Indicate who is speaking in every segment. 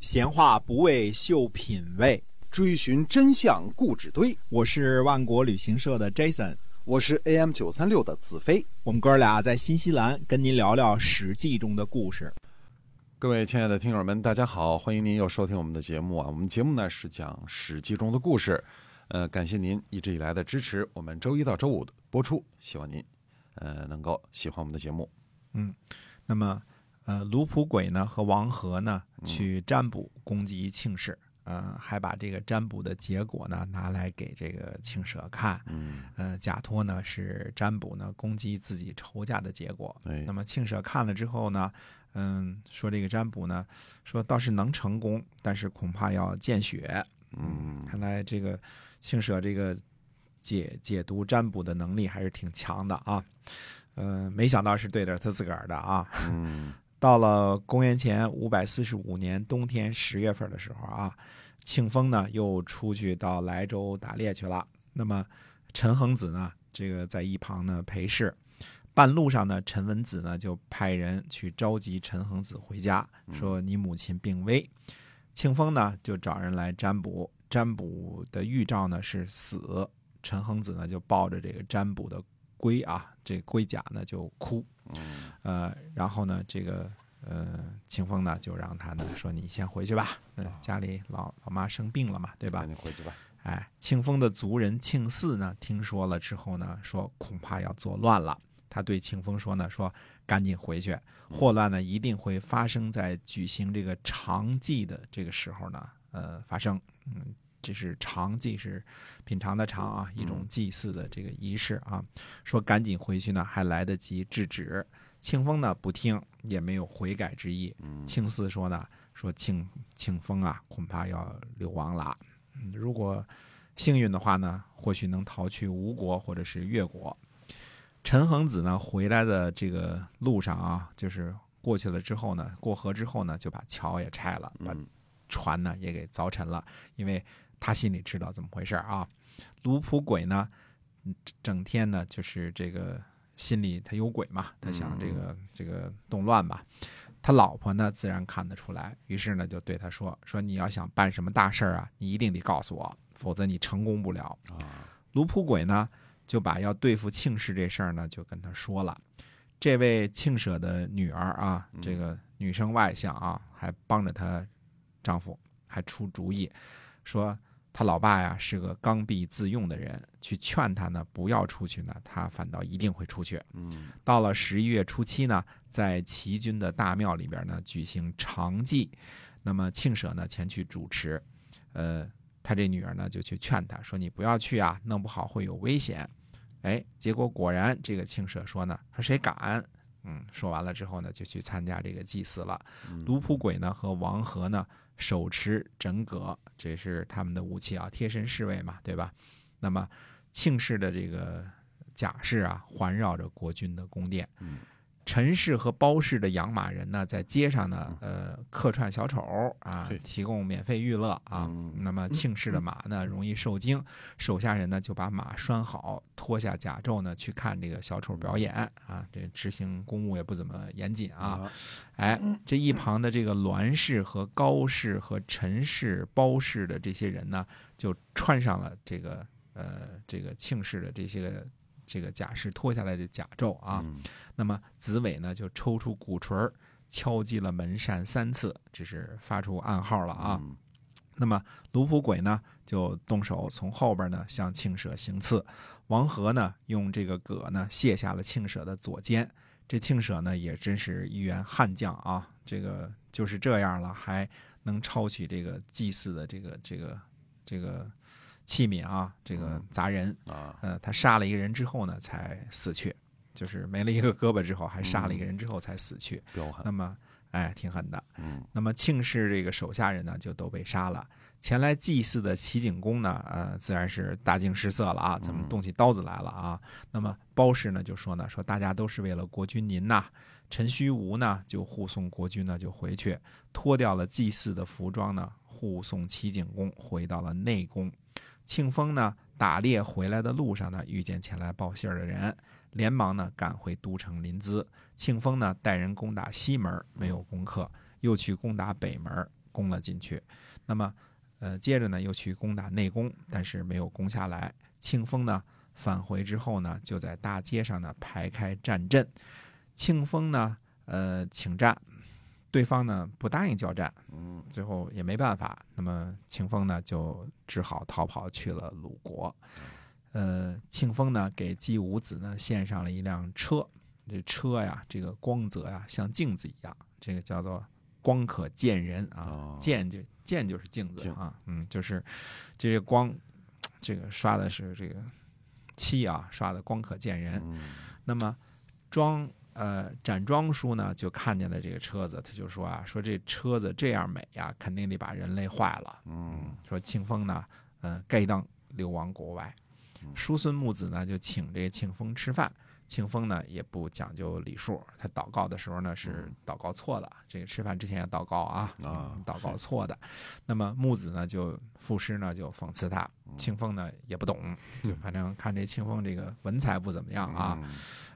Speaker 1: 闲话不为秀品味，
Speaker 2: 追寻真相故纸堆。
Speaker 1: 我是万国旅行社的 Jason，
Speaker 2: 我是 AM 九三六的子飞。
Speaker 1: 我们哥俩在新西兰跟您聊聊《史记》中的故事。
Speaker 3: 各位亲爱的听友们，大家好，欢迎您又收听我们的节目啊！我们节目呢是讲《史记》中的故事，呃，感谢您一直以来的支持，我们周一到周五的播出，希望您呃能够喜欢我们的节目。
Speaker 1: 嗯，那么呃，卢普轨呢和王和呢去占卜攻击庆氏，呃，还把这个占卜的结果呢拿来给这个庆舍看。
Speaker 3: 嗯，
Speaker 1: 呃，假托呢是占卜呢攻击自己仇家的结果。
Speaker 3: 哎
Speaker 1: 那，么庆舍看了之后呢，嗯，说这个占卜呢，说倒是能成功，但是恐怕要见血。
Speaker 3: 嗯，
Speaker 1: 看来这个庆舍这个解解读占卜的能力还是挺强的啊。嗯、没想到是对着他自个儿的啊。
Speaker 3: 嗯，
Speaker 1: 到了公元前五百四十五年冬天十月份的时候啊，庆丰呢又出去到莱州打猎去了。那么陈恒子呢，这个在一旁呢陪侍。半路上呢，陈文子呢就派人去召集陈恒子回家，说你母亲病危。庆丰呢就找人来占卜，占卜的预兆呢是死。陈恒子呢就抱着这个占卜的龟啊，这龟甲呢就哭。呃，然后呢，这个呃，秦风呢就让他呢说你先回去吧，嗯、家里老老妈生病了嘛，对吧
Speaker 3: 赶？紧回去吧。
Speaker 1: 哎，庆丰的族人庆嗣呢听说了之后呢，说恐怕要作乱了。他对庆丰说呢，说赶紧回去，祸乱呢一定会发生在举行这个长祭的这个时候呢，呃，发生。嗯，这是长祭是品尝的尝啊，一种祭祀的这个仪式啊。说赶紧回去呢，还来得及制止。庆丰呢不听，也没有悔改之意。庆嗣说呢，说庆庆丰啊，恐怕要流亡了。嗯，如果幸运的话呢，或许能逃去吴国或者是越国。陈恒子呢回来的这个路上啊，就是过去了之后呢，过河之后呢，就把桥也拆了，把
Speaker 3: 嗯，
Speaker 1: 船呢也给凿沉了，因为他心里知道怎么回事儿啊。卢普鬼呢，嗯整天呢就是这个心里他有鬼嘛，他想这个、这个动乱嘛。他老婆呢自然看得出来，于是呢就对他说：“说你要想办什么大事儿啊，你一定得告诉我，否则你成功不了。”
Speaker 3: 啊，
Speaker 1: 卢普轨呢，就把要对付庆氏这事儿呢，就跟他说了。这位庆舍的女儿啊，这个女生外向啊，还帮着她丈夫，还出主意，说她老爸呀是个刚愎自用的人，去劝他呢不要出去呢，他反倒一定会出去。
Speaker 3: 嗯，
Speaker 1: 到了十一月初七呢，在齐军的大庙里边呢举行长祭，那么庆舍呢前去主持，呃，他这女儿呢就去劝他说：“你不要去啊，弄不好会有危险。”哎，结果果然这个庆舍说呢，说谁敢？嗯，说完了之后呢，就去参加这个祭祀了。
Speaker 3: 嗯
Speaker 1: 卢普轨呢和王和呢手持枕戈，这是他们的武器啊，贴身侍卫嘛，对吧？那么庆氏的这个甲士啊，环绕着国君的宫殿。
Speaker 3: 嗯
Speaker 1: 陈氏和包氏的养马人呢，在街上呢，
Speaker 3: 嗯
Speaker 1: 呃，客串小丑儿啊
Speaker 3: 嘿，
Speaker 1: 提供免费娱乐啊。
Speaker 3: 嗯
Speaker 1: 那么庆氏的马呢，容易受惊，手下人呢就把马拴好，脱下甲胄呢去看这个小丑表演啊。这执行公务也不怎么严谨啊。，哎，这一旁的这个栾氏和高氏和陈氏、包氏的这些人呢，就穿上了这个呃这个庆氏的这些个这个甲士脱下来的甲胄啊。
Speaker 3: 嗯
Speaker 1: 那么子伟呢就抽出鼓槌儿敲击了门扇三次，这是发出暗号了啊。，
Speaker 3: 嗯
Speaker 1: 那么卢普轨呢，就动手从后边呢向庆舍行刺。王和呢，用这个戈呢卸下了庆舍的左肩。这庆舍呢，也真是一员悍将啊！这个就是这样了，还能抄起这个祭祀的这个这个这个器皿啊，这个砸人。
Speaker 3: 啊，
Speaker 1: 呃，他杀了一个人之后呢，才死去，就是没了一个胳膊之后，还杀了一个人之后才死去。
Speaker 3: 彪
Speaker 1: 那
Speaker 3: 悍，
Speaker 1: 么，哎，挺狠的。
Speaker 3: 嗯
Speaker 1: 那么庆氏这个手下人呢，就都被杀了。前来祭祀的齐景公呢，呃，自然是大惊失色了啊，怎么动起刀子来了啊？那么包氏呢就说呢，说大家都是为了国君您呐。陈虚无呢就护送国君呢就回去，脱掉了祭祀的服装呢，护送齐景公回到了内宫。庆丰呢打猎回来的路上呢，遇见前来报信儿的人，连忙呢赶回都城临淄。庆丰呢带人攻打西门，没有攻克，又去攻打北门。攻了进去。那么，呃，接着呢又去攻打内宫，但是没有攻下来。庆丰呢返回之后呢，就在大街上呢排开战阵。庆丰呢，呃，请战，对方呢不答应交战，
Speaker 3: 嗯
Speaker 1: 最后也没办法。那么庆丰呢就只好逃跑去了鲁国。呃，庆丰呢给季武子呢献上了一辆车，这车呀，这个光泽呀像镜子一样，这个叫做光可见人啊
Speaker 3: 哦，
Speaker 1: 见就见就是镜子
Speaker 3: 镜
Speaker 1: 啊，嗯，就是这个光，这个刷的是这个漆啊，刷的光可见人。
Speaker 3: 嗯
Speaker 1: 那么庄呃展庄叔呢就看见了这个车子，他就说啊，说这车子这样美呀，肯定得把人累坏了。
Speaker 3: 嗯，
Speaker 1: 说庆丰呢，呃，盖当流亡国外，叔孙木子呢就请这个庆丰吃饭。庆丰呢也不讲究礼数，他祷告的时候呢是
Speaker 3: 嗯
Speaker 1: 祷告错的，这个吃饭之前要祷告啊，
Speaker 3: 啊
Speaker 1: 嗯祷告错的。那么木子呢就赋诗呢就讽刺他，庆丰呢也不懂，就反正看这庆丰这个文采不怎么样啊，
Speaker 3: 嗯，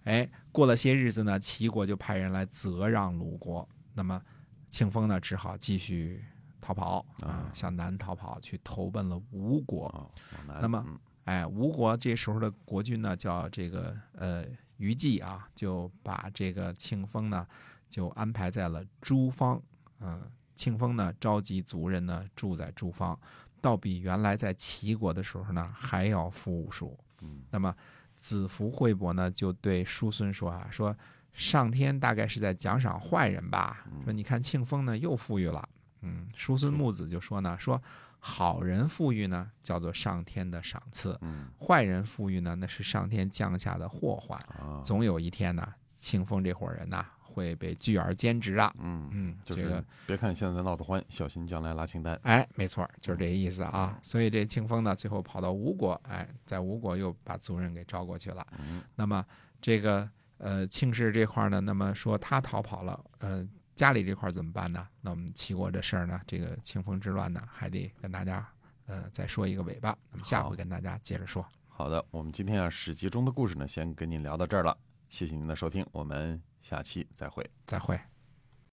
Speaker 1: 哎，过了些日子呢，齐国就派人来责让鲁国，那么庆丰呢，只好继续逃跑啊
Speaker 3: 啊，
Speaker 1: 向南逃跑，去投奔了吴国。
Speaker 3: 哦，往南
Speaker 1: 那么
Speaker 3: 嗯
Speaker 1: 哎，吴国这时候的国君呢，叫这个呃虞姬啊，就把这个庆丰呢，就安排在了诸方。嗯、庆丰呢，召集族人呢，住在诸方，倒比原来在齐国的时候呢，还要富庶。
Speaker 3: 嗯
Speaker 1: 那么子服惠伯呢，就对叔孙说啊，说上天大概是在奖赏坏人吧？
Speaker 3: 嗯
Speaker 1: 说你看庆丰呢，又富裕了。嗯，叔孙木子就说呢，说好人富裕呢，叫做上天的赏赐。
Speaker 3: 嗯
Speaker 1: 坏人富裕呢，那是上天降下的祸患，
Speaker 3: 啊，
Speaker 1: 总有一天呢，清风这伙人呐、会被聚而歼之啊。
Speaker 3: 嗯，
Speaker 1: 嗯，
Speaker 3: 就
Speaker 1: 这个
Speaker 3: 是别看现在闹得欢，小心将来拉清单。
Speaker 1: 哎，没错儿，就是这意思
Speaker 3: 嗯
Speaker 1: 啊。所以这庆丰呢，最后跑到吴国，哎，在吴国又把族人给招过去了。
Speaker 3: 嗯
Speaker 1: 那么这个呃庆氏这块儿呢，那么说他逃跑了，呃，家里这块儿怎么办呢？那我们齐国这事儿呢，这个庆丰之乱呢，还得跟大家呃再说一个尾巴。那么下
Speaker 3: 好
Speaker 1: 回跟大家接着说。
Speaker 3: 好的，我们今天啊《史记》中的故事呢，先跟您聊到这儿了，谢谢您的收听，我们下期再会。
Speaker 1: 再会。